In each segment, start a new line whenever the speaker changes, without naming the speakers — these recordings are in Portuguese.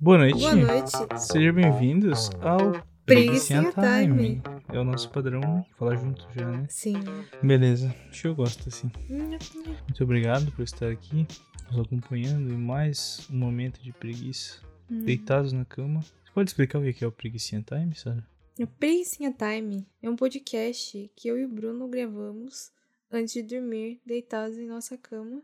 Boa noite.
Boa noite.
Sejam bem-vindos ao
Preguicinha
Preguiça
Time.
É o nosso padrão falar junto já, né?
Sim.
Beleza, acho que eu gosto assim. Muito obrigado por estar aqui, nos acompanhando em mais um momento de preguiça, deitados na cama. Você pode explicar o que é o Preguicinha Time, Sara?
O Preguicinha Time é um podcast que eu e o Bruno gravamos antes de dormir, deitados em nossa cama,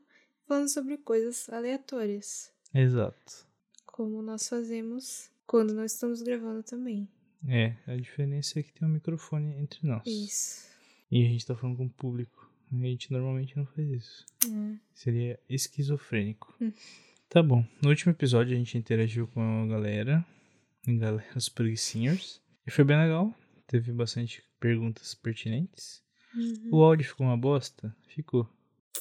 falando sobre coisas aleatórias,
Exato.
como nós fazemos quando nós estamos gravando também.
É, a diferença é que tem um microfone entre nós.
Isso.
E a gente tá falando com o público. E a gente normalmente não faz isso.
É.
Seria esquizofrênico.
Hum.
Tá bom. No último episódio a gente interagiu com a galera. a galera os preguicinhos. E foi bem legal. Teve bastante perguntas pertinentes. O áudio ficou uma bosta? Ficou.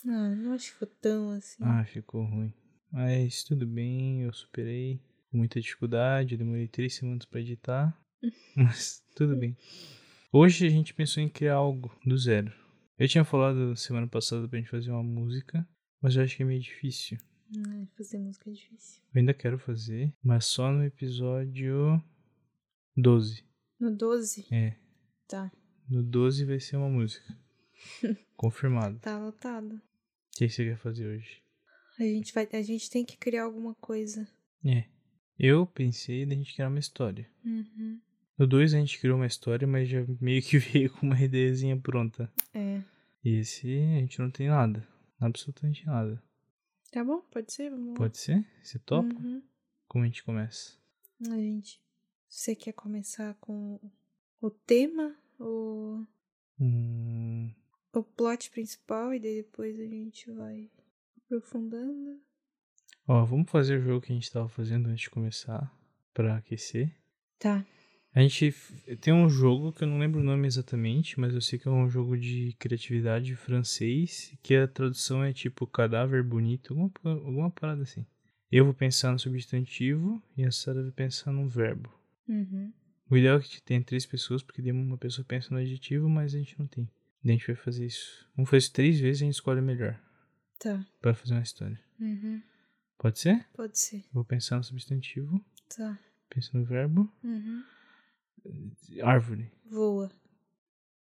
Ah, não acho que foi tão assim.
Ah, ficou ruim. Mas tudo bem, eu superei. Com muita dificuldade, eu demorei três semanas pra editar. Mas tudo bem. Hoje a gente pensou em criar algo do zero. Eu tinha falado semana passada pra gente fazer uma música, mas eu acho que é meio difícil.
Ai, fazer música é difícil.
Eu ainda quero fazer, mas só no episódio 12.
No 12?
É,
Tá.
no 12 vai ser uma música. Confirmado.
Tá anotado.
O que você quer fazer hoje?
A gente, vai, a gente tem que criar alguma coisa.
É. Eu pensei da gente criar uma história.
Uhum.
No 2 a gente criou uma história, mas já meio que veio com uma ideiazinha pronta.
É.
E esse a gente não tem nada. Absolutamente nada.
Tá bom? Pode ser? Vamos lá.
Pode ser? Você topa?
Uhum.
Como a gente começa?
A gente, você quer começar com o tema, o,
Hum,
o plot principal e daí depois a gente vai aprofundando?
Ó, vamos fazer o jogo que a gente tava fazendo antes de começar. Pra aquecer.
Tá.
A gente f- tem um jogo que eu não lembro o nome exatamente, mas eu sei que é um jogo de criatividade francês, que a tradução é tipo cadáver bonito, alguma, pa- alguma parada assim. Eu vou pensar no substantivo e a Sara vai pensar num verbo.
Uhum.
O ideal é que tenha três pessoas, porque daí uma pessoa pensa no adjetivo, mas a gente não tem. Daí a gente vai fazer isso. Vamos fazer isso três vezes e a gente escolhe o melhor
Tá.
Pra fazer uma história.
Uhum.
Pode ser?
Pode ser.
Vou pensar no substantivo,
Tá.
pensa no verbo.
Uhum.
Árvore,
Voa.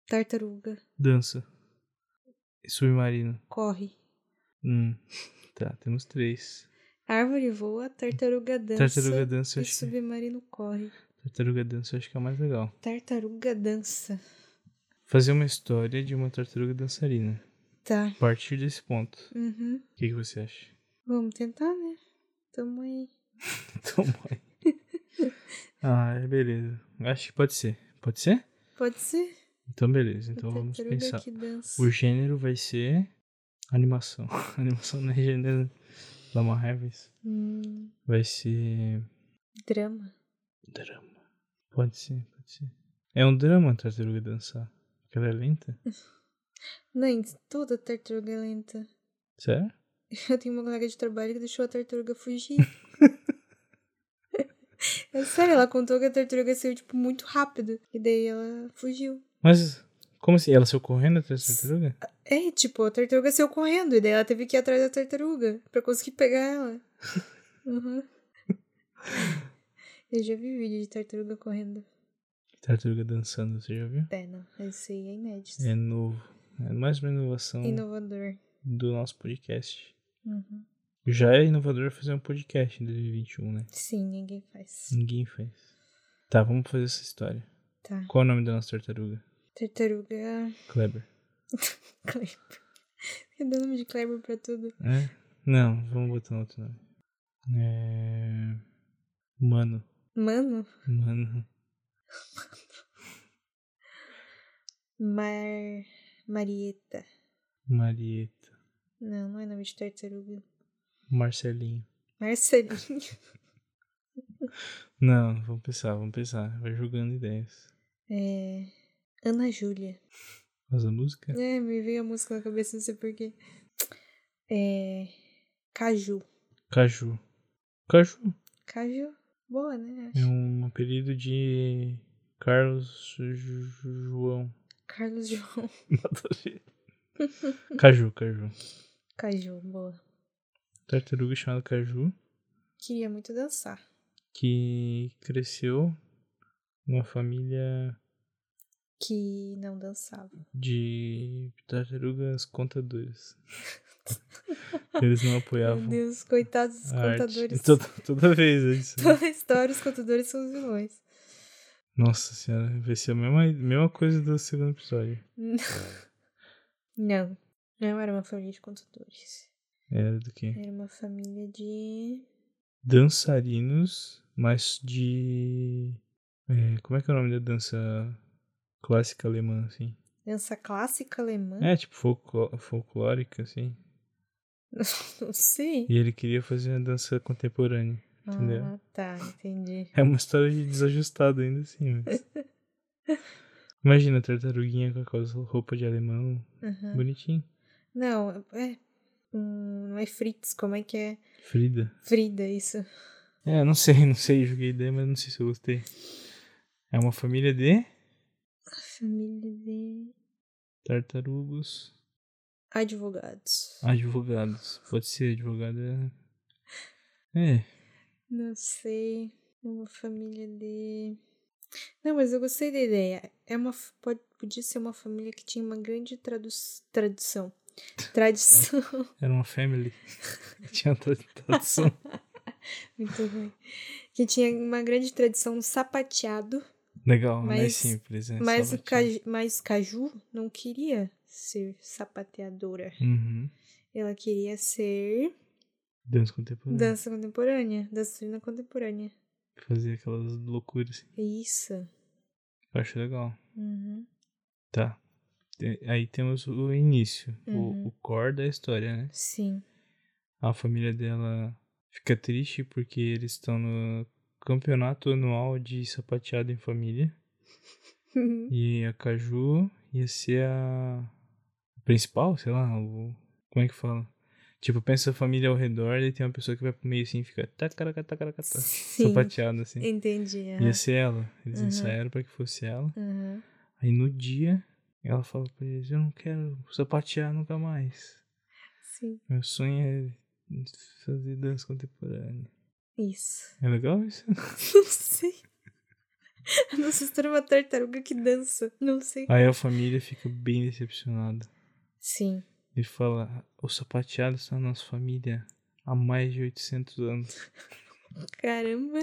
Tartaruga.
dança, submarino.
Corre.
Hum, tá, temos três.
Árvore voa, tartaruga dança.
tartaruga dança, eu
e
acho que,
submarino corre.
tartaruga dança eu acho que é o mais legal.
Tartaruga dança.
Fazer uma história de uma tartaruga dançarina.
Tá.
A partir desse ponto,
Uhum.
o que, que você acha?
Vamos tentar, né? Tamo aí.
Então, mãe. ah, beleza. Acho que pode ser. Pode ser?
Pode ser?
Então, beleza. Então
A
vamos
tartaruga
pensar.
que dança.
O gênero vai ser animação. animação não é gênero. Dá uma raiva isso.
Hum,
Vai ser
drama.
drama. Pode ser, pode ser. É um drama a tartaruga dançar. Porque ela é lenta?
Não, em toda tartaruga é lenta.
Sério?
Eu tenho uma colega de trabalho que deixou a tartaruga fugir. é sério, ela contou que a tartaruga saiu, tipo, muito rápido. E daí ela fugiu.
Mas como assim? Ela saiu correndo atrás da tartaruga?
É, tipo, a tartaruga saiu correndo. E daí ela teve que ir atrás da tartaruga pra conseguir pegar ela. Uhum. Eu já vi vídeo de tartaruga correndo.
Tartaruga dançando, você já viu?
É, não. Esse aí é inédito.
É novo. É mais uma inovação
Inovador.
do nosso podcast.
Uhum.
Já é inovador fazer um podcast em 2021, né?
Sim, ninguém faz.
Ninguém fez. Tá, vamos fazer essa história.
Tá.
Qual é o nome da nossa tartaruga?
Tartaruga.
Kleber.
Kleber. Você dá nome de Kleber pra tudo.
É? Não, vamos botar um outro nome. É... Mano.
Mano,
Mano.
Mar... Marieta.
Marieta.
Não, não é nome de tartaruga.
Marcelinho.
Marcelinho.
Não, vamos pensar, vamos pensar. Vai jogando ideias.
É... Ana Júlia.
Faz a música?
É, me veio a música na cabeça, não sei porquê. É... Caju.
Caju. Caju
Caju? Boa, né?
é
Acho.
um apelido de Carlos Jo- João.
Carlos João.
Nada a ver. Caju, caju.
Caju, boa.
Tartaruga chamada Caju,
Queria muito dançar.
que cresceu numa família
Que não dançava.
de tartarugas contadoras. Eles não
Meu
apoiavam
Deus, coitados dos
a arte. Então tá. Toda,
contadores.
toda vez é isso.
Toda história, os contadores são os vilões.
Nossa senhora, vai ser a mesma, mesma coisa do segundo episódio.
Não. Não era uma família de contadores.
Era É, do que?
Era uma família de.
Dançarinos, mas de. é, como é que é o nome da dança clássica alemã, assim?
Dança clássica alemã?
É, tipo folclo- folclórica, assim.
Não sei.
E ele queria fazer uma dança contemporânea. entendeu?
Ah, tá, entendi.
É uma história de desajustado ainda assim, mas... Imagina, tartaruguinha com aquelas roupa de alemão.
Aham.
Bonitinho.
Não, é. Hum, não é Fritz, como é que é?
Frida.
Frida, isso.
É, não sei, não sei, joguei ideia, mas não sei se eu gostei. É uma família de
Família de.
tartarugos
Advogados.
Ah. advogados. Pode ser advogado. É. é.
Não sei. É uma família de. Não, mas eu gostei da ideia. É uma, f- pode, podia ser uma família que tinha uma grande tradu tradução. Tradição.
Era uma family. Tinha tra- tradução.
Muito bem. Que tinha uma grande tradição no sapateado,
Legal, mais
Mas-
simples, né?
mas,
Só
o
batia.
caju, mas Caju não queria ser sapateadora.
Uhum.
Ela queria ser
Dança contemporânea.
dança contemporânea, dançarina contemporânea.
Fazer aquelas loucuras. assim.
É isso.
Eu acho legal.
Uhum.
Tá. Te- Aí temos o início,
Uhum.
o, o core da história, né?
Sim.
A família dela fica triste porque eles estão no campeonato anual de sapateado em família. E a Caju ia ser a principal, sei lá, o, como é que fala? Tipo, pensa a família ao redor e tem uma pessoa que vai pro meio assim e fica tacaraca, tacaraca, tá,
Sim.
sapateado assim.
Entendi. aham.
Ia ser ela. Eles
Uhum.
ensaiaram pra que fosse ela.
Aham.
Aí no dia, ela fala pra eles, eu não quero sapatear nunca mais.
Sim.
Meu sonho é fazer dança contemporânea.
Isso.
É legal isso?
Não sei. A nossa história é uma tartaruga que dança. Não sei.
Aí a família fica bem decepcionada.
Sim.
E fala, o sapateado está na é nossa família há mais de 800 anos.
Caramba.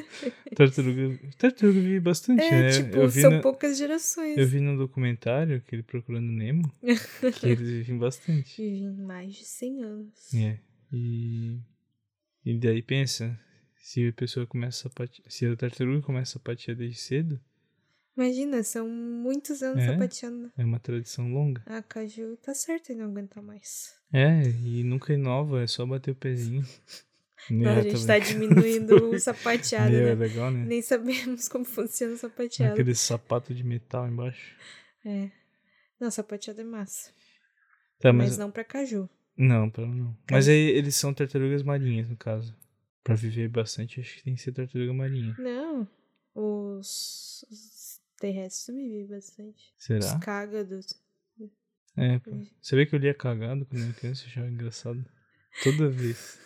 Tartaruga, tartaruga eu vi bastante,
É,
né?
tipo,
eu, vi
são
na-
poucas gerações.
eu vi no documentário, aquele Procurando Nemo, que eles vivem bastante.
Vivem mais de 100 anos.
É. E, e daí pensa, se a pessoa começa a sapatear, se a tartaruga começa a sapatear desde cedo,
Imagina, são muitos anos
É?
sapateando.
é uma tradição longa.
A Caju tá certa em não aguentar mais.
É, e nunca inova, é só bater o pezinho.
Agora a
Eu
gente
É, também.
tá diminuindo o sapateado,
Meu, é
né?
legal, né?
Nem sabemos como funciona o sapateado.
Aquele sapato de metal embaixo.
É. Não, sapateado é massa.
Tá,
mas...
mas.
não pra Caju.
Não, pra mim não. Mas aí eles são tartarugas marinhas, no caso. Pra viver bastante, acho que tem que ser tartaruga marinha.
Não. Os, os terrestres também vivem bastante.
Será?
Os cágados.
É, pô. Você vê que eu lia cagado quando eu era criança, eu achava engraçado. Toda vez.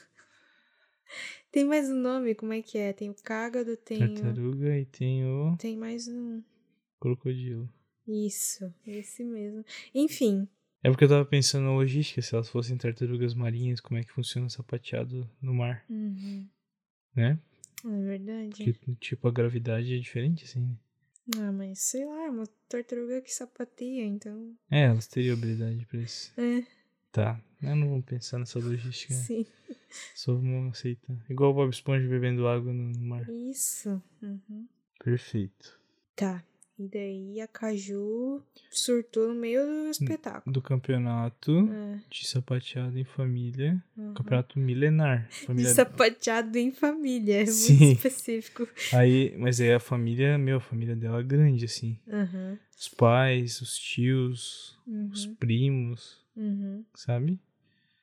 Tem mais um nome, como é que é? Tem o cágado, tem. o-
Tartaruga e tem o
Tem mais um.
crocodilo.
Isso, esse mesmo. Enfim,
É porque eu tava pensando na logística, se elas fossem tartarugas marinhas, como é que funciona o sapateado no mar,
Uhum.
né?
É verdade.
Porque, tipo, a gravidade é diferente, assim, né?
Ah, mas sei lá, é uma tartaruga que sapateia, então.
É, elas teriam habilidade pra isso.
É,
Tá, eu não vou pensar nessa logística, né?
sim.
só vamos aceitar. Igual o Bob Esponja bebendo água no mar.
Isso. Uhum.
Perfeito.
Tá. E daí a Caju surtou no meio do espetáculo.
Do campeonato
É.
de sapateado em família,
uhum.
campeonato milenar.
De
Família...
sapateado em família. É
Sim.
muito específico.
Aí, mas aí a família, meu, a família dela é grande, assim.
Uhum.
os pais, os tios, os
Uhum.
primos,
Uhum.
sabe?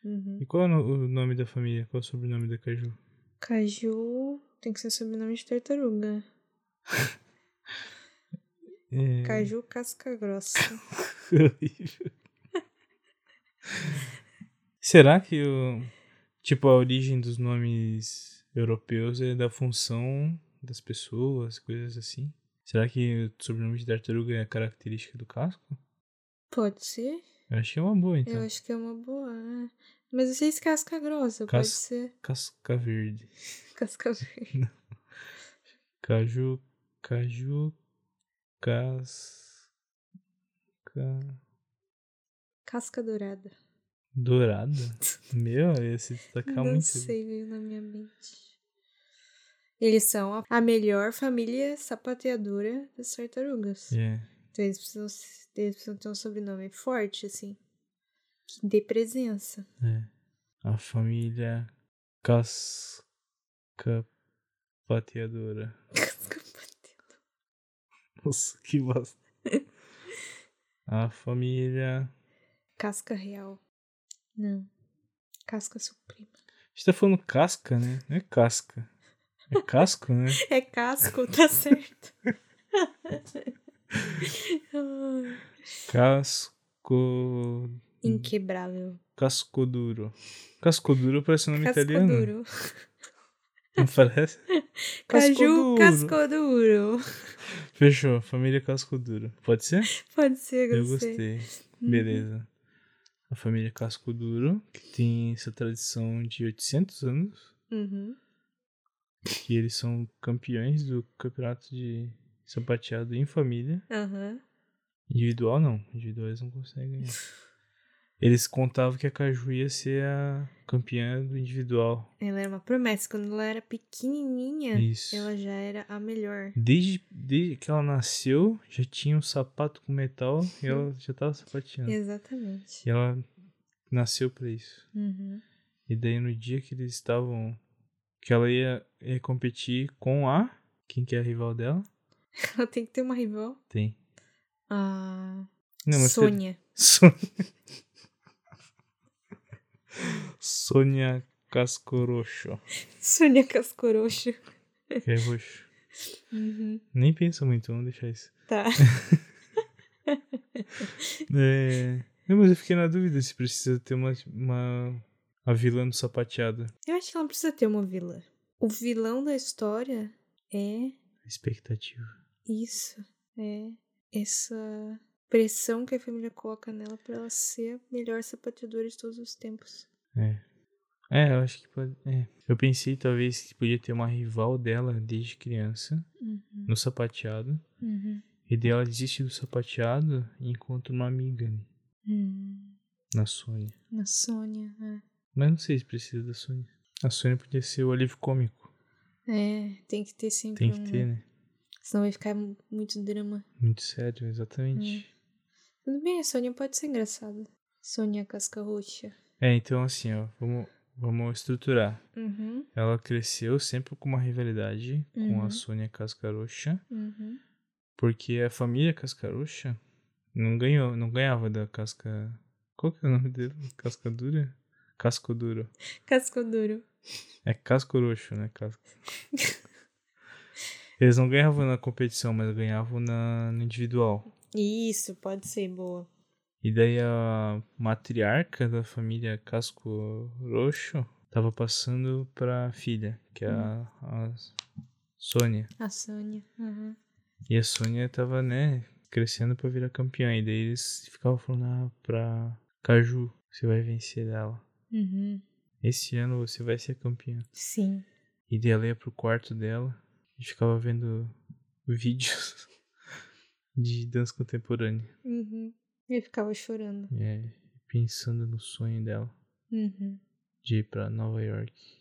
Uhum.
E qual é o no- o nome da família? Qual é o sobrenome da Caju?
Caju tem que ser sobrenome de tartaruga.
É...
Caju casca grossa.
horrível. Será que o. Tipo, a origem dos nomes europeus é da função das pessoas, coisas assim? Será que o sobrenome de tartaruga é característica do casco?
Pode ser.
Eu achei uma boa, então.
Eu acho que é uma boa. é. Mas eu sei se casca grossa, pode
Cas-
ser
Casca verde.
casca verde.
Caju. Caju. Casca.
Casca dourada.
Dourada? Meu, tá ia se destacar
Não
muito.
sei, veio na minha mente. Eles são a- a melhor família sapateadora das tartarugas.
É.
Então eles precisam, se- eles precisam ter um sobrenome forte, assim. Que dê presença.
A família casca pateadora.
Casca pateadora.
Nossa, que bosta. A família.
Casca real. Não. Casca suprema.
A gente tá falando casca, né? Não é casca. É casco, né?
É casco, tá certo. Ai.
Casco.
Inquebrável.
Cascoduro. Cascoduro parece um nome
Casco
italiano.
duro.
Não parece? Cascoduro.
Caju, casco duro.
Fechou. Família Cascoduro. Pode ser?
Pode ser,
Eu gostei.
gostei. Uhum.
Beleza. A família Cascoduro, que tem essa tradição de 800 anos.
Uhum.
que eles são campeões do campeonato de sapateado em família.
Aham.
Individual não, individual eles não conseguem ganhar. Eles contavam que a Caju ia ser a campeã do individual.
Ela era uma promessa. Quando ela era pequenininha,
Isso.
É, ela já era a melhor.
Desde, desde que ela nasceu, já tinha um sapato com metal e ela já tava sapateando. É.
Exatamente.
E ela nasceu pra isso.
Uhum.
E daí no dia que eles estavam. Que ela ia, ia competir com a. Quem que é a rival dela?
Ela tem que ter uma rival.
Tem.
A
Não, mas per-
Sônia.
Sônia. Sônia Cascoroxo.
Sônia Cascoroxo.
Que é roxo.
Uhum.
Nem pensa muito, vamos deixar isso.
Tá.
É... Não, mas eu fiquei na dúvida se precisa ter uma. uma... A vilã do sapateado.
Eu acho que ela não precisa ter uma vilã. O vilão da história é
Expectativa.
Isso é essa pressão que a família coloca nela pra ela ser a melhor sapateadora de todos os tempos.
É, eu acho que pode. é. Eu pensei talvez que podia ter uma rival dela desde criança
Uhum.
no sapateado. E daí ela desiste do sapateado e encontra uma amiga né,
Hum,
na Sônia.
Na Sônia, né?
Mas não sei se precisa da Sônia. A Sônia podia ser o alívio cômico.
É, tem que ter sempre
Tem que
um-
ter, né?
Senão vai ficar mu- muito drama.
Muito sério, exatamente.
Hum. Tudo bem, a Sônia pode ser engraçada. Sônia Casca Roxa.
É, então assim, ó, vamos, vamos estruturar.
Uhum,
Ela cresceu sempre com uma rivalidade com a
Uhum.
Sônia Cascarocha,
uhum,
porque a família Cascarocha não ganhou, não ganhava da casca. Qual que é o nome dele? Casca dura? Casco duro.
Casco duro.
É cascoroxo, né? Casca. Eles não ganhavam na competição, mas ganhavam na, no individual.
Isso, pode ser boa.
E daí a matriarca da família Casco Roxo tava passando pra filha, que é a, a Sônia.
A Sônia. Uhum.
E a Sônia tava, né, crescendo pra virar campeã. E daí eles ficavam falando ah, pra Caju, você vai vencer ela.
Uhum.
Esse ano você vai ser campeã.
Sim.
E daí ela ia pro quarto dela e ficava vendo vídeos de dança contemporânea.
Uhum. Eu ficava chorando.
E aí, pensando no sonho dela
Uhum.
de ir pra Nova York.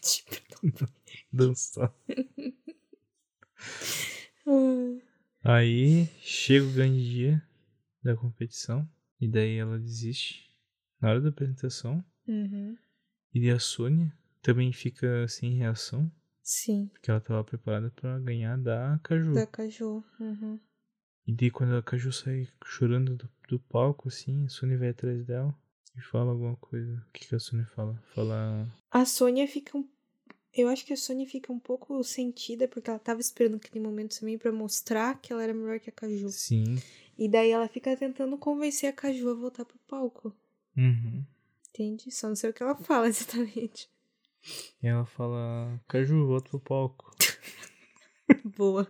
Tipo,
dançar.
ai,
Aí chega o grande dia da competição e daí ela desiste na hora da apresentação
uhum.
e daí a Sônia também fica sem reação
Sim,
porque ela tava preparada pra ganhar da Caju.
da Caju. Uhum.
E daí quando a Caju sai chorando do, do palco assim, a Sônia vai atrás dela e fala alguma coisa. O que que a Sônia fala? Fala
A Sônia fica um. Eu acho que a Sônia fica um pouco sentida porque ela tava esperando aquele momento também pra mostrar que ela era melhor que a Caju.
sim.
E daí ela fica tentando convencer a Caju a voltar pro palco.
Uhum.
Entende? Só não sei o que ela fala exatamente.
E ela fala: Caju, volta pro palco.
Boa.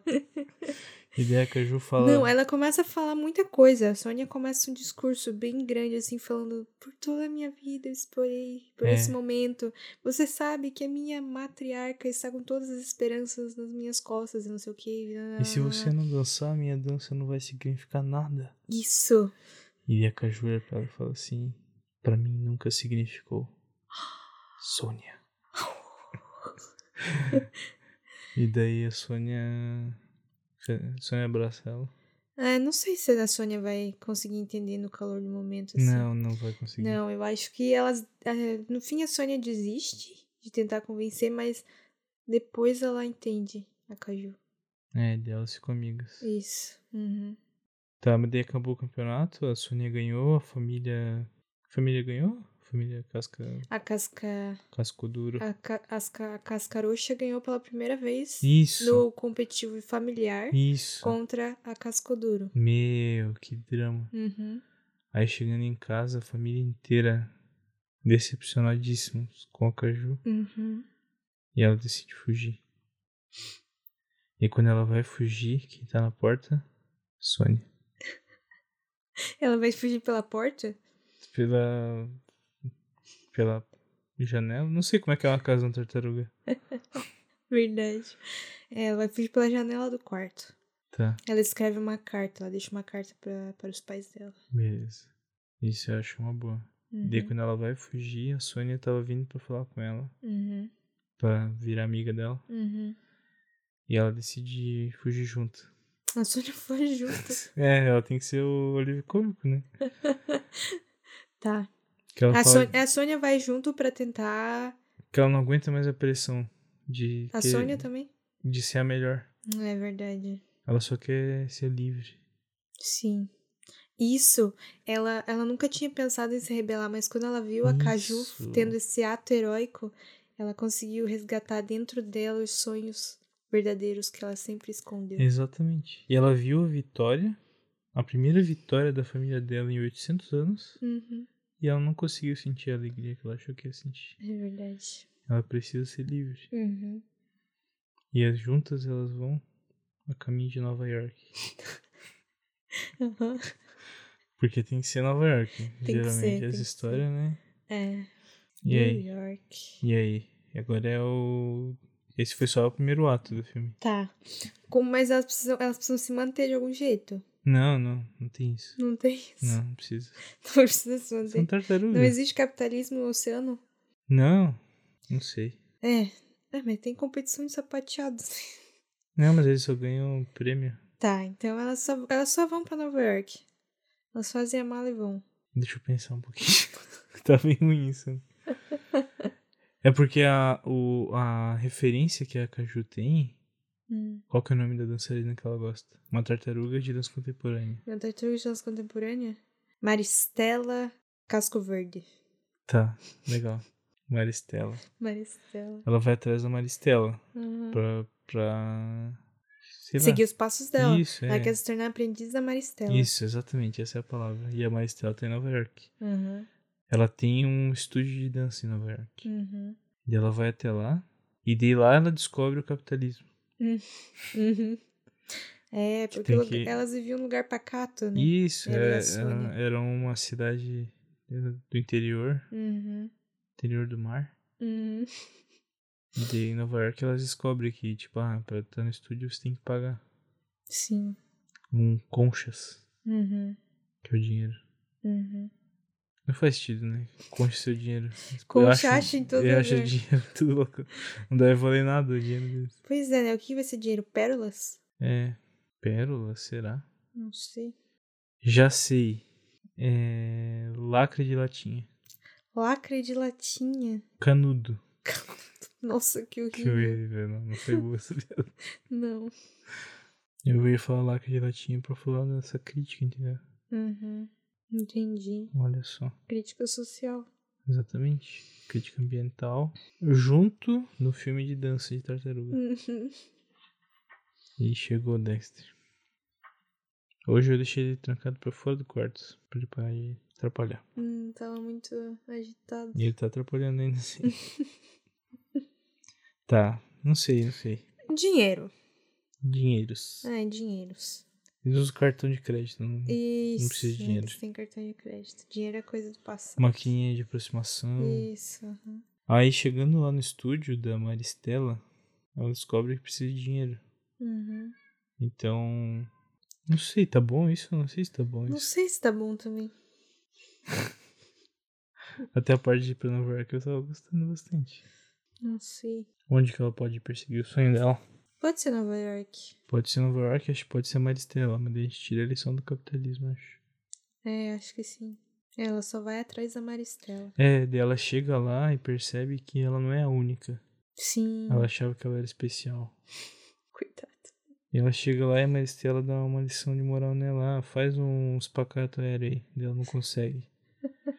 E daí a Caju fala:
Não, ela começa a falar muita coisa. A Sônia começa um discurso bem grande, assim, falando: Por toda a minha vida eu explorei, por
É.
esse momento. Você sabe que a minha matriarca está com todas as esperanças nas minhas costas e não sei o que.
E se você não dançar, minha dança não vai significar nada.
Isso.
E a Caju olha pra ela e fala assim: Pra mim nunca significou. Sônia. e daí a Sônia. a Sônia abraça ela.
É, não sei se a Sônia vai conseguir entender no calor do momento, assim.
Não, não vai conseguir.
Não, eu acho que elas. eh, No fim, a Sônia desiste de tentar convencer, mas depois ela entende a Caju.
É, daí elas ficam amigas.
Isso. Uhum.
Tá, mas daí acabou o campeonato, a Sônia ganhou, a família. A família ganhou? A família casca,
A casca.
casco duro.
A, ca, asca, a cascaroxa ganhou pela primeira vez
Isso!
no competitivo familiar
Isso!
contra a cascoduro.
Meu, que drama.
Uhum.
Aí chegando em casa, a família inteira decepcionadíssimos com a Caju.
Uhum.
E ela decide fugir. E quando ela vai fugir, quem tá na porta? Sônia.
Ela vai fugir pela porta?
Pela. pela janela? Não sei como é que é uma casa na tartaruga.
Verdade. É, Ela vai fugir pela janela do quarto.
Tá,
Ela escreve uma carta, ela deixa uma carta pra, para os pais dela.
beleza. Isso eu acho uma boa.
Uhum.
Daí quando ela vai fugir, a Sônia tava vindo pra falar com ela,
Uhum.
pra virar amiga dela.
Uhum.
E ela decide fugir junto.
A Sônia foi junto.
É, ela tem que ser o alívio cômico, né?
Tá.
Que ela,
A
fala
Sônia, a Sônia vai junto pra tentar.
que ela não aguenta mais a pressão de,
A
ter-
Sônia tá- também?
de ser a melhor.
É verdade.
Ela só quer ser livre.
Sim. Isso, ela, ela nunca tinha pensado em se rebelar, mas quando ela viu a Caju
Isso.
tendo esse ato heróico, ela conseguiu resgatar dentro dela os sonhos verdadeiros que ela sempre escondeu.
Exatamente. E ela viu a vitória, a primeira vitória da família dela em 800 anos,
Uhum,
e ela não conseguiu sentir a alegria que ela achou que ia sentir.
é verdade.
Ela precisa ser livre.
Uhum.
E as juntas elas vão a caminho de Nova York.
Aham.
Porque tem que ser Nova York.
que
geralmente
ser, tem que
essa
ser.
história, né?
É.
E aí?
New York.
E aí? Agora é o. Esse foi só o primeiro ato do filme.
Tá. Como, mas elas precisam, elas precisam se manter de algum jeito.
Não, não, não tem isso.
Não tem isso.
Não, não precisa.
Não precisa se manter.
São tartarugas.
Não existe capitalismo no oceano?
Não, não sei.
É. É, mas tem competição de sapateados.
Não, mas eles só ganham um prêmio.
Tá, então elas só, elas só vão pra Nova York. Elas fazem a mala e vão.
Deixa eu pensar um pouquinho. tá bem ruim isso. É porque a, o, a referência que a Caju tem.
Hum,
Qual que é o nome da dançarina que ela gosta? Uma tartaruga de dança contemporânea.
Na Tartaruga de Dança Contemporânea? Maristela Casco Verde.
Tá, legal. Maristela.
Maristela.
Ela vai atrás da Maristela
Aham.
pra. pra sei lá.
Seguir né, os passos dela.
né? Isso, é.
Ela quer se tornar aprendiz da Maristela.
Isso, exatamente, essa é a palavra. E a Maristela tá em Nova York.
Aham.
Ela tem um estúdio de dança em Nova York.
Uhum.
E ela vai até lá. E daí lá ela descobre o capitalismo.
Uhum. É, porque
tem
lugar-
que-
elas viviam num lugar pacato, né?
Isso,
Ela e a
é,
Sônia.
era, era uma cidade é, do interior,
Uhum.
interior do mar.
Uhum.
E daí em Nova York elas descobrem que, tipo, ah, pra estar no estúdio você tem que pagar
Sim.
um conchas,
Uhum.
que é o dinheiro.
Uhum.
Não faz sentido, né? Concha seu dinheiro.
Concha
Eu acho-
acha em todo
Eu acho
lugar.
dinheiro tudo louco. Não deve valer nada o dinheiro deles.
Pois é, né? O que vai ser dinheiro? Pérolas?
É. Pérola, será?
Não sei.
Já sei. É, lacre de latinha.
Lacre de latinha.
Canudo.
Nossa, que
Que eu
horrível.
ia ver, não, não foi boa essa piada.
Não.
Eu ia falar lacre de latinha pra falar dessa crítica, entendeu?
Uhum. Entendi.
Olha só.
Crítica social.
Exatamente. Crítica ambiental. Junto no filme de dança de tartaruga.
Uhum.
E chegou o Dexter. Hoje eu deixei ele trancado pra fora do quarto, pra ele parar de atrapalhar.
Hum, tava muito agitado.
E ele tá atrapalhando ainda assim. tá, não sei, não sei.
Dinheiro.
Dinheiros.
É, dinheiros.
Eles usam cartão de crédito, não.
Isso.
precisa de dinheiro.
Sem cartão de crédito. Dinheiro é coisa do passado.
Maquinha de aproximação.
Isso. aham.
Aí chegando lá no estúdio da Maristela, ela descobre que precisa de dinheiro.
Uhum.
Então. Não sei, tá bom isso? Não sei se tá bom
Não
isso.
sei se tá bom também.
Até a parte de ir pra Nova York eu tava gostando bastante.
Não sei.
Onde que ela pode perseguir o sonho dela?
Pode ser Nova York.
Pode ser Nova York, acho que pode ser Maristela, mas daí a gente tira a lição do capitalismo, acho.
É, acho que sim. Ela só vai atrás da Maristela.
É, daí ela chega lá e percebe que ela não é a única.
Sim.
Ela achava que ela era especial.
Coitado.
E ela chega lá e a Maristela dá uma lição de moral nela. Ah, faz uns pacato aéreo aí. Daí ela não consegue.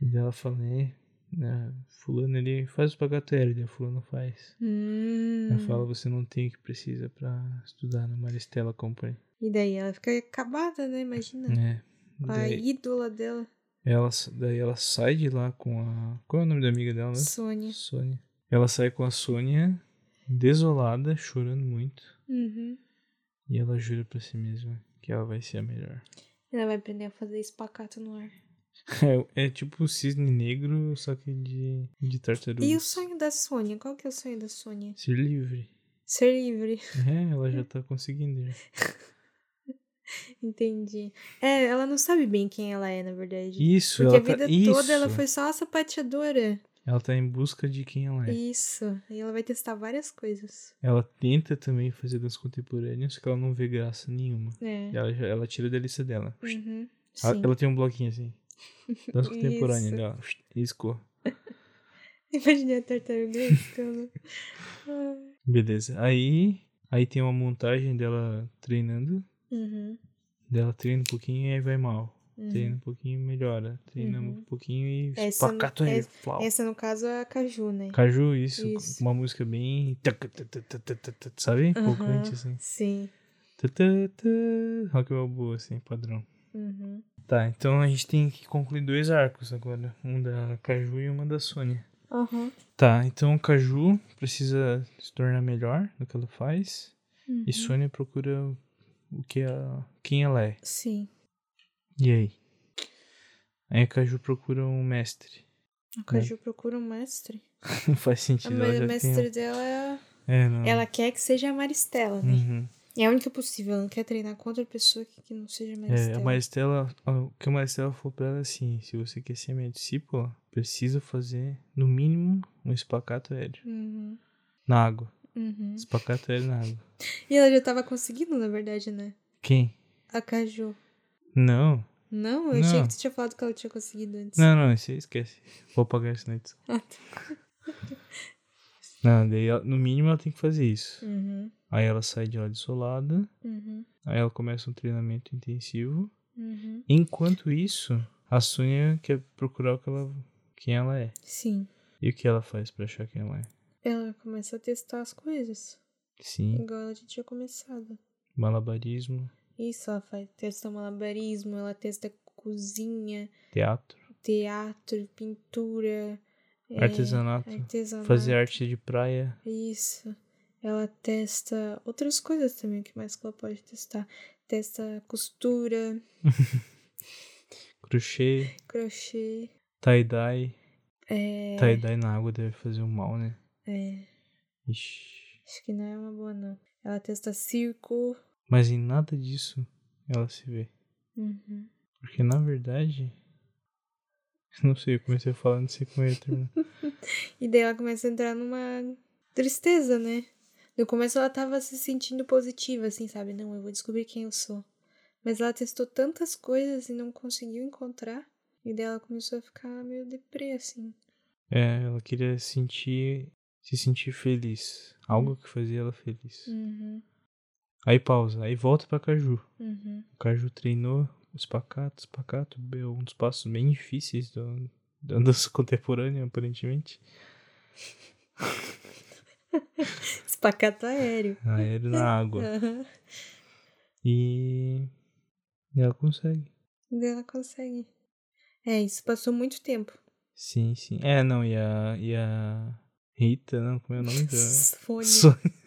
e daí ela fala, é, né, fulano ali faz o pacato aéreo. Daí a fulano faz.
Hum.
Ela fala, você não tem o que precisa pra estudar na Maristela Company.
E daí ela fica acabada, né? Imagina.
É.
A
Daí
ídola dela,
ela, daí ela sai de lá com a... Qual é o nome da amiga dela, né?
Sônia.
Sônia. Ela sai com a Sônia, desolada, chorando muito.
Uhum.
E ela jura pra si mesma que ela vai ser a melhor.
Ela vai aprender a fazer espacato no ar.
É, é tipo um cisne negro, só que de, de tartaruga.
E o sonho da Sônia? Qual que é o sonho da Sônia?
Ser livre.
Ser livre.
É, ela já tá conseguindo. Já.
Entendi. É, ela não sabe bem quem ela é, na verdade.
Isso,
Porque
ela
a vida
tá... Isso.
toda ela foi só uma sapateadora.
Ela tá em busca de quem ela é.
Isso. E ela vai testar várias coisas.
Ela tenta também fazer dança contemporânea, só que ela não vê graça nenhuma.
É.
Ela, já- ela tira da lista dela.
Uhum.
Ela,
Sim.
ela tem um bloquinho assim. Dança contemporânea,
Isso.
dela. Riscou.
Imaginei a tartaruga gritando. Ah.
Beleza. Aí, aí tem uma montagem dela treinando.
uhum.
Dela treina um pouquinho e aí vai mal.
uhum.
Treina um pouquinho, melhora. Treina
Uhum.
um pouquinho e
Essa-
espacato aí.
essa-
flau.
Essa, no caso, é a Caju, né?
Caju, isso,
Isso.
com uma música bem. tac, tac, tac, tac, tac, tac, tac, Sabe? Empolgante,
Aham.
assim.
Sim.
Tac, tac, tac, Rock Balboa, assim, padrão.
Uhum.
Tá, então a gente tem que concluir dois arcos agora. Um da Caju e uma da Sônia.
Aham.
Tá, então a Caju precisa se tornar melhor no que ela faz. E
Uhum.
Sônia procura o que ela, quem ela é.
Sim.
E aí? Aí a Caju procura um mestre.
A Caju procura um mestre.
Não faz
A
sentido. É. ela já
me-
tem- um-
mestre dela é. a-
É, não.
Ela quer que seja a Maristela, né?
Uhum.
É a única possível. Ela não quer treinar com outra pessoa que, que não seja a
É,
Maristela.
a Maristela, a- o que a Maristela falou pra ela é assim, se você quer ser minha discípula, precisa fazer, no mínimo, um espacato aéreo.
Uhum,
Na água.
uhum.
Espacato aéreo na água.
E ela já tava conseguindo, na verdade, né?
Quem?
A Caju.
Não.
Não? Eu achei
Não.
que tu tinha falado que ela tinha conseguido antes.
Não, não, isso aí esquece. Vou apagar isso na edição.
Ah, tá.
Não, daí ela- no mínimo ela tem que fazer isso.
Uhum,
Aí ela sai de lá desolada,
uhum,
aí ela começa um treinamento intensivo.
uhum.
Enquanto isso, a Sônia quer procurar o que ela, quem ela é.
Sim.
E o que ela faz pra achar quem ela é.
Ela começa a testar as coisas.
Sim,
Igual ela já tinha começado.
malabarismo,
Isso, ela faz, testa malabarismo, ela testa cozinha,
teatro.
teatro, pintura. é,
artesanato,
Artesanato.
fazer arte de praia.
Isso. Ela testa outras coisas também, o que mais que ela pode testar? Testa costura,
crochê,
crochê,
tie-dye.
é...
Tie-dye na água deve fazer um mal, né?
é,
Ixi.
acho que não é uma boa não. Ela testa circo.
Mas em nada disso ela se vê.
Uhum.
Porque na verdade. Não sei, eu comecei a falar, não sei como eu ia terminar.
E daí ela começa a entrar numa tristeza, né? No começo ela tava se sentindo positiva, assim, sabe? Não, eu vou descobrir quem eu sou. Mas ela testou tantas coisas e não conseguiu encontrar. E daí ela começou a ficar meio deprê, assim.
É, ela queria sentir. se sentir feliz.
Hum.
Algo que fazia ela feliz.
Uhum,
Aí pausa, aí volta pra Caju.
uhum,
O Caju treinou os pacatos, pacato, é um dos passos bem difíceis do- da dança contemporânea, aparentemente.
Espacato aéreo.
Ah, Aéreo na água.
Aham.
E E ela consegue.
Daí ela consegue. É, isso passou muito tempo.
Sim, sim. É, não, e a. E a Rita, não, como é o nome dela?
Sônia.
Sônia.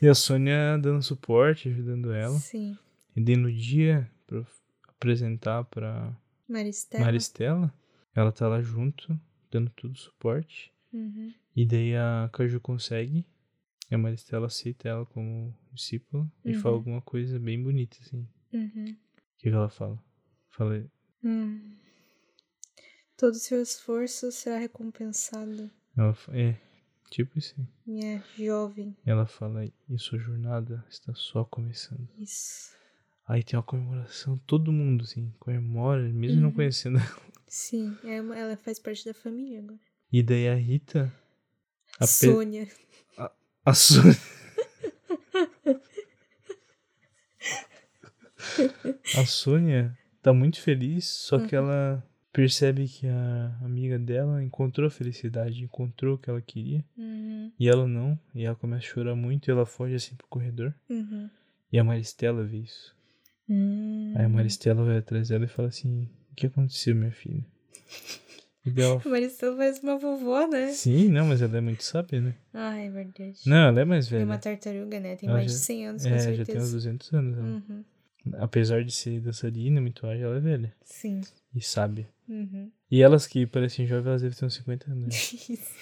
e a Sônia dando suporte, ajudando ela.
Sim.
E daí no dia pra apresentar pra
Maristela.
Maristela, ela tá lá junto, dando tudo suporte.
Uhum.
E daí a Caju consegue. E a Maristela aceita ela como discípula e
Uhum.
fala alguma coisa bem bonita, assim.
Uhum.
O que, que ela fala? Fala.
Hum. Todo seu esforço será recompensado,
Ela, fa- é, tipo isso. aí.
minha jovem.
Ela fala, e sua jornada está só começando.
Isso.
Aí tem uma comemoração, todo mundo, assim, comemora, mesmo não
Uhum.
conhecendo.
Sim, é uma- ela faz parte da família agora.
E daí a Rita. A, pe-
Sônia.
a Sônia. a Sônia tá muito feliz, só que ela percebe que a amiga dela encontrou a felicidade, encontrou o que ela queria.
Uhum.
E ela não. E ela começa a chorar muito e ela foge assim pro corredor.
Uhum.
E a Maristela vê isso.
Hum.
Aí a Maristela vai atrás dela e fala assim: O que aconteceu, minha filha? E dela.
A Maristela faz uma vovó, né?
Sim, não, mas ela é muito sábia, né?
Ah, é verdade.
Não, ela é mais
Tem
velha.
uma tartaruga, né? Tem
Ela
mais de
já-
100 anos, com
É, já tem uns
certeza.
200 anos. Ela.
Uhum.
Apesar de ser dançarina, muito ágil, ela é velha
Sim.
e sábia.
Uhum.
E elas que parecem jovens, elas devem ter uns 50 anos. né?
Isso.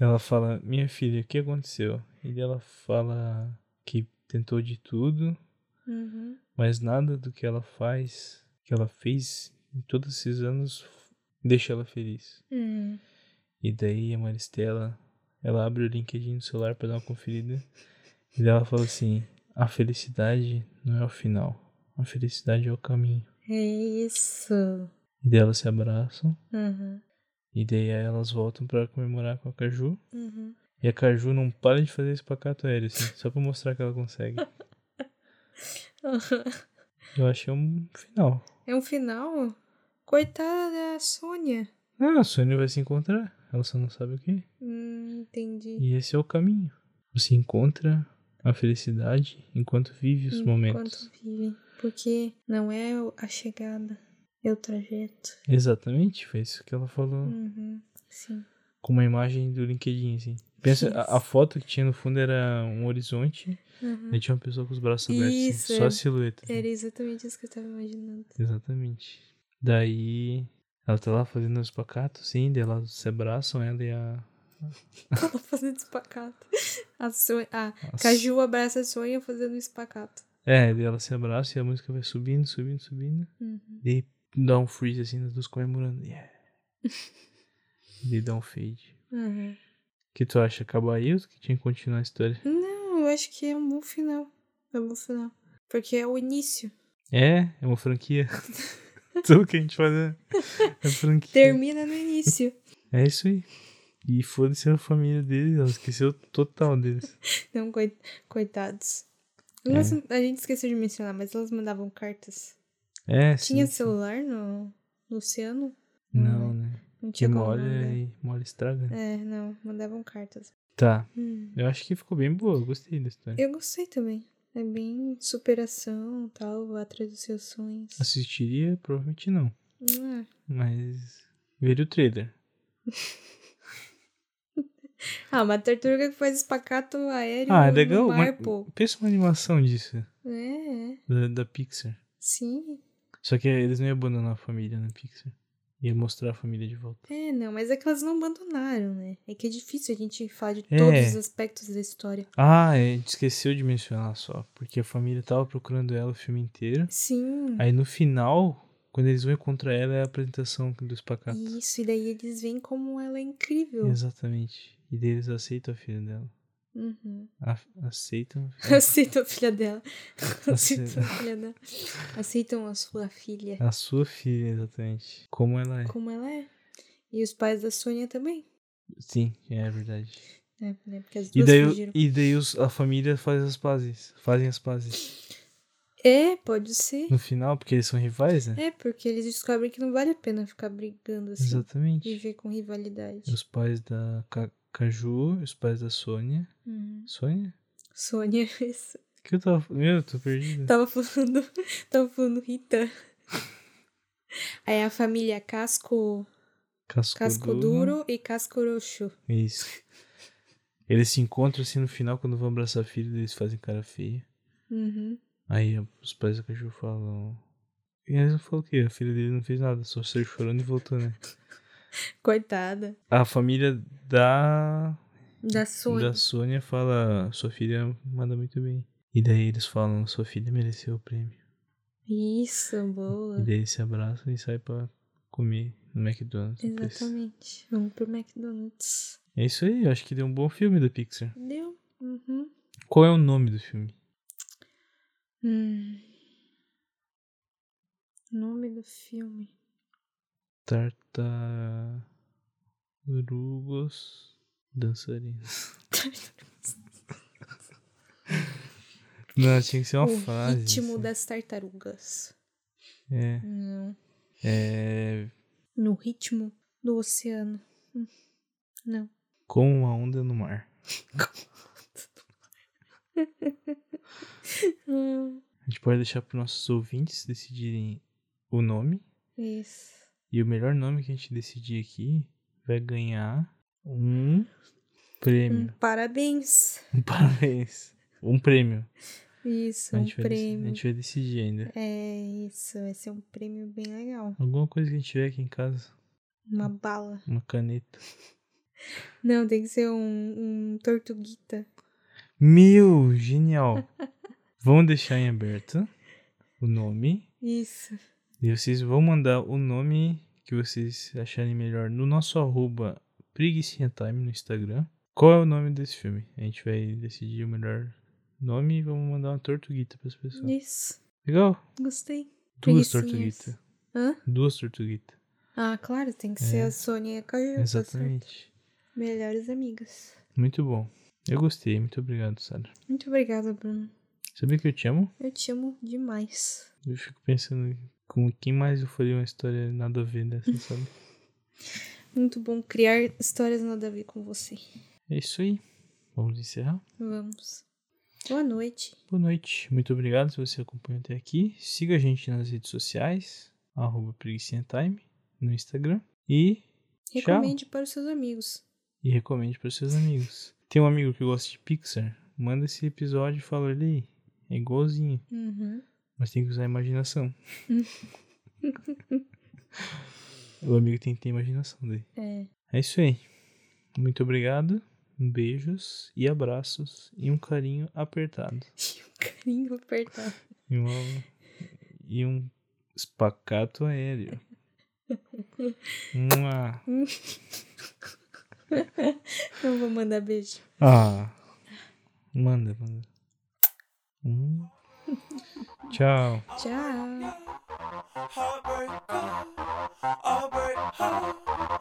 Ela fala, minha filha, o que aconteceu? E ela fala que tentou de tudo,
Uhum.
mas nada do que ela faz, que ela fez em todos esses anos, f- deixa ela feliz.
Uhum.
E daí a Maristela, ela abre o LinkedIn do celular pra dar uma conferida. E daí ela fala assim, a felicidade não é o final, a felicidade é o caminho.
É isso.
E daí elas se abraçam.
Uhum.
E daí aí elas voltam pra comemorar com a Caju.
Uhum.
E a Caju não para de fazer espacate aéreo, assim, só pra mostrar que ela consegue. Eu achei um final.
É um final? Coitada da Sônia.
Ah, a Sônia vai se encontrar. Ela só não sabe o que.
Hum, entendi.
E esse é o caminho. Você encontra a felicidade enquanto vive os momentos.
Enquanto vive. Porque não é o- a chegada, é o trajeto.
Exatamente, foi isso que ela falou.
Uhum. Sim.
Com uma imagem do LinkedIn, assim. Pensa, a, a foto que tinha no fundo era um horizonte.
Uhum.
E tinha uma pessoa com os braços abertos, assim,
Isso,
só
é-
a silhueta. assim.
Era exatamente isso que eu tava imaginando.
Exatamente. Daí ela tá lá fazendo os pacatos, sim, daí elas se abraçam, ela e a.
Ela fazendo espacato. A, Sônia, a
a-
Caju abraça a Sônia fazendo um espacato.
É, daí elas se abraçam e a música vai subindo, subindo, subindo.
Uhum.
Daí dá um freeze assim, nas duas comemorando. Yeah. daí dá um fade.
Uhum.
O que tu acha? Acabou aí ou tu que tinha que continuar a história?
Não, eu acho que é um bom final. É um bom final. Porque é o início.
É, é uma franquia. Tudo que a gente faz é, é franquia.
Termina no início.
É isso aí. E foda-se a família deles, ela esqueceu total deles.
Não, coi- coitados. Elas- a gente esqueceu de mencionar, mas elas mandavam cartas.
É,
Tinha
sim.
celular no, no oceano?
Não, né?
Não
Que
tinha como
molha
mandar.
e molha estraga. né?
Tá É, não, mandavam cartas.
Tá,
Hum.
eu acho que ficou bem boa, eu gostei da história.
Eu gostei também. É bem superação tal, vá atrás dos seus sonhos.
Assim. Assistiria? Provavelmente não,
Ah,
mas veria o trailer.
Ah, uma tartaruga que faz espacato aéreo
Ah, é
no
legal,
mar,
mas
pô.
pensa uma animação disso,
É, é.
da, da Pixar.
sim.
Só que eles não iam abandonar a família na Pixar, ia mostrar a família de volta.
É, não, mas é que elas não abandonaram, né? É que é difícil a gente falar de
É.
todos os aspectos da história.
Ah, é, a gente esqueceu de mencionar só, porque a família tava procurando ela o filme inteiro.
Sim.
Aí no final, quando eles vão encontrar ela, é a apresentação dos pacatos.
Isso, e daí eles veem como ela é incrível.
Exatamente. E daí eles aceitam a filha dela.
Uhum.
A- aceitam.
Aceitam a filha dela.
Ace-
Aceitam a filha dela. Aceitam a sua filha
A sua filha, exatamente. Como ela é.
como ela é. E os pais da Sônia também.
Sim, é verdade.
É, né? Porque as
E
duas
daí, o-
fugiram.
e daí os- a família faz as pazes. Fazem as pazes.
É, pode ser.
No final, porque eles são rivais, né?
É, porque eles descobrem que não vale a pena ficar brigando assim.
Exatamente.
Viver com rivalidade.
Os pais da Ca- Caju, os pais da Sônia.
Uhum.
Sônia?
Sônia, isso.
que eu tava. Meu, eu tô perdido.
Tava falando, tava falando Rita. Aí a família Casco,
Casco,
casco Duro e Casco Roxo.
Isso. Eles se encontram assim no final, quando vão abraçar filho, eles fazem cara feia.
Uhum.
Aí os pais do cachorro falam. E eles não falam o quê? A filha dele não fez nada, só saiu chorando e voltou, né?
Coitada.
A família da.
Da Sônia.
Da Sônia fala: Sua filha manda muito bem. E daí eles falam: Sua filha mereceu o prêmio.
Isso,
E
boa.
daí eles se abraçam e saem pra comer no McDonald's. depois.
Exatamente. Vamos pro McDonald's.
É isso aí, eu acho que deu um bom filme da Pixar.
Deu? Uhum.
Qual é o nome do filme?
Hum. Nome do filme.
Tartarugos dançarinos. Não, tinha que ser É uma
o
frase.
ritmo
assim.
das tartarugas.
É.
Não.
É,
No ritmo do oceano. Hum. Não.
Com uma onda no mar.
Hum,
A gente pode deixar para nossos ouvintes decidirem o nome.
Isso.
E o melhor nome que a gente decidir aqui vai ganhar um prêmio.
Hum, parabéns.
Um parabéns. Um prêmio.
Isso,
a,
Hum. um
gente vai, dec- a
prêmio.
gente vai decidir ainda.
É isso, vai ser um prêmio bem legal.
Alguma coisa que a gente tiver aqui em casa.
Uma
Hum.
bala.
Uma caneta.
Não, tem que ser um, um tortuguita.
Meu, genial. Vamos deixar em aberto o nome.
Isso.
E vocês vão mandar o nome que vocês acharem melhor no nosso arroba preguicinha time no Instagram. Qual é o nome desse filme? A gente vai decidir o melhor nome e vamos mandar uma tortuguita para as pessoas.
Isso.
Legal?
Gostei.
Duas
Preguicinhas.
tortuguitas.
Hã?
Duas tortuguitas.
Ah, claro, tem que ser a Sônia e a Caju. tá certo?
É. Exatamente.
Melhores amigas.
Muito bom. Eu gostei. Muito obrigado, Sara.
Muito obrigada, Bruno.
Sabia que eu te amo?
Eu te amo demais.
Eu fico pensando com quem mais eu faria uma história nada a ver dessa, sabe?
Muito bom criar histórias nada a ver com você.
É isso aí. Vamos encerrar.
Vamos. Boa noite.
Boa noite. Muito obrigado se você acompanhou até aqui. Siga a gente nas redes sociais, arroba preguicinha time, no Instagram. E tchau.
Recomende para os seus amigos.
E recomende para seus amigos. Tem um amigo que gosta de Pixar? Manda esse episódio e fala, olha aí, é igualzinho.
Uhum.
Mas tem que usar a imaginação. o amigo tem que ter imaginação daí.
É.
É isso aí. Muito obrigado. Beijos e abraços e um carinho apertado.
E um carinho apertado.
E, uma- e um espacato aéreo. Uma...
Eu vou mandar beijo.
Ah. Manda, manda. Hum. Tchau.
Tchau.
Heartbreak, heartbreak, heartbreak, heartbreak.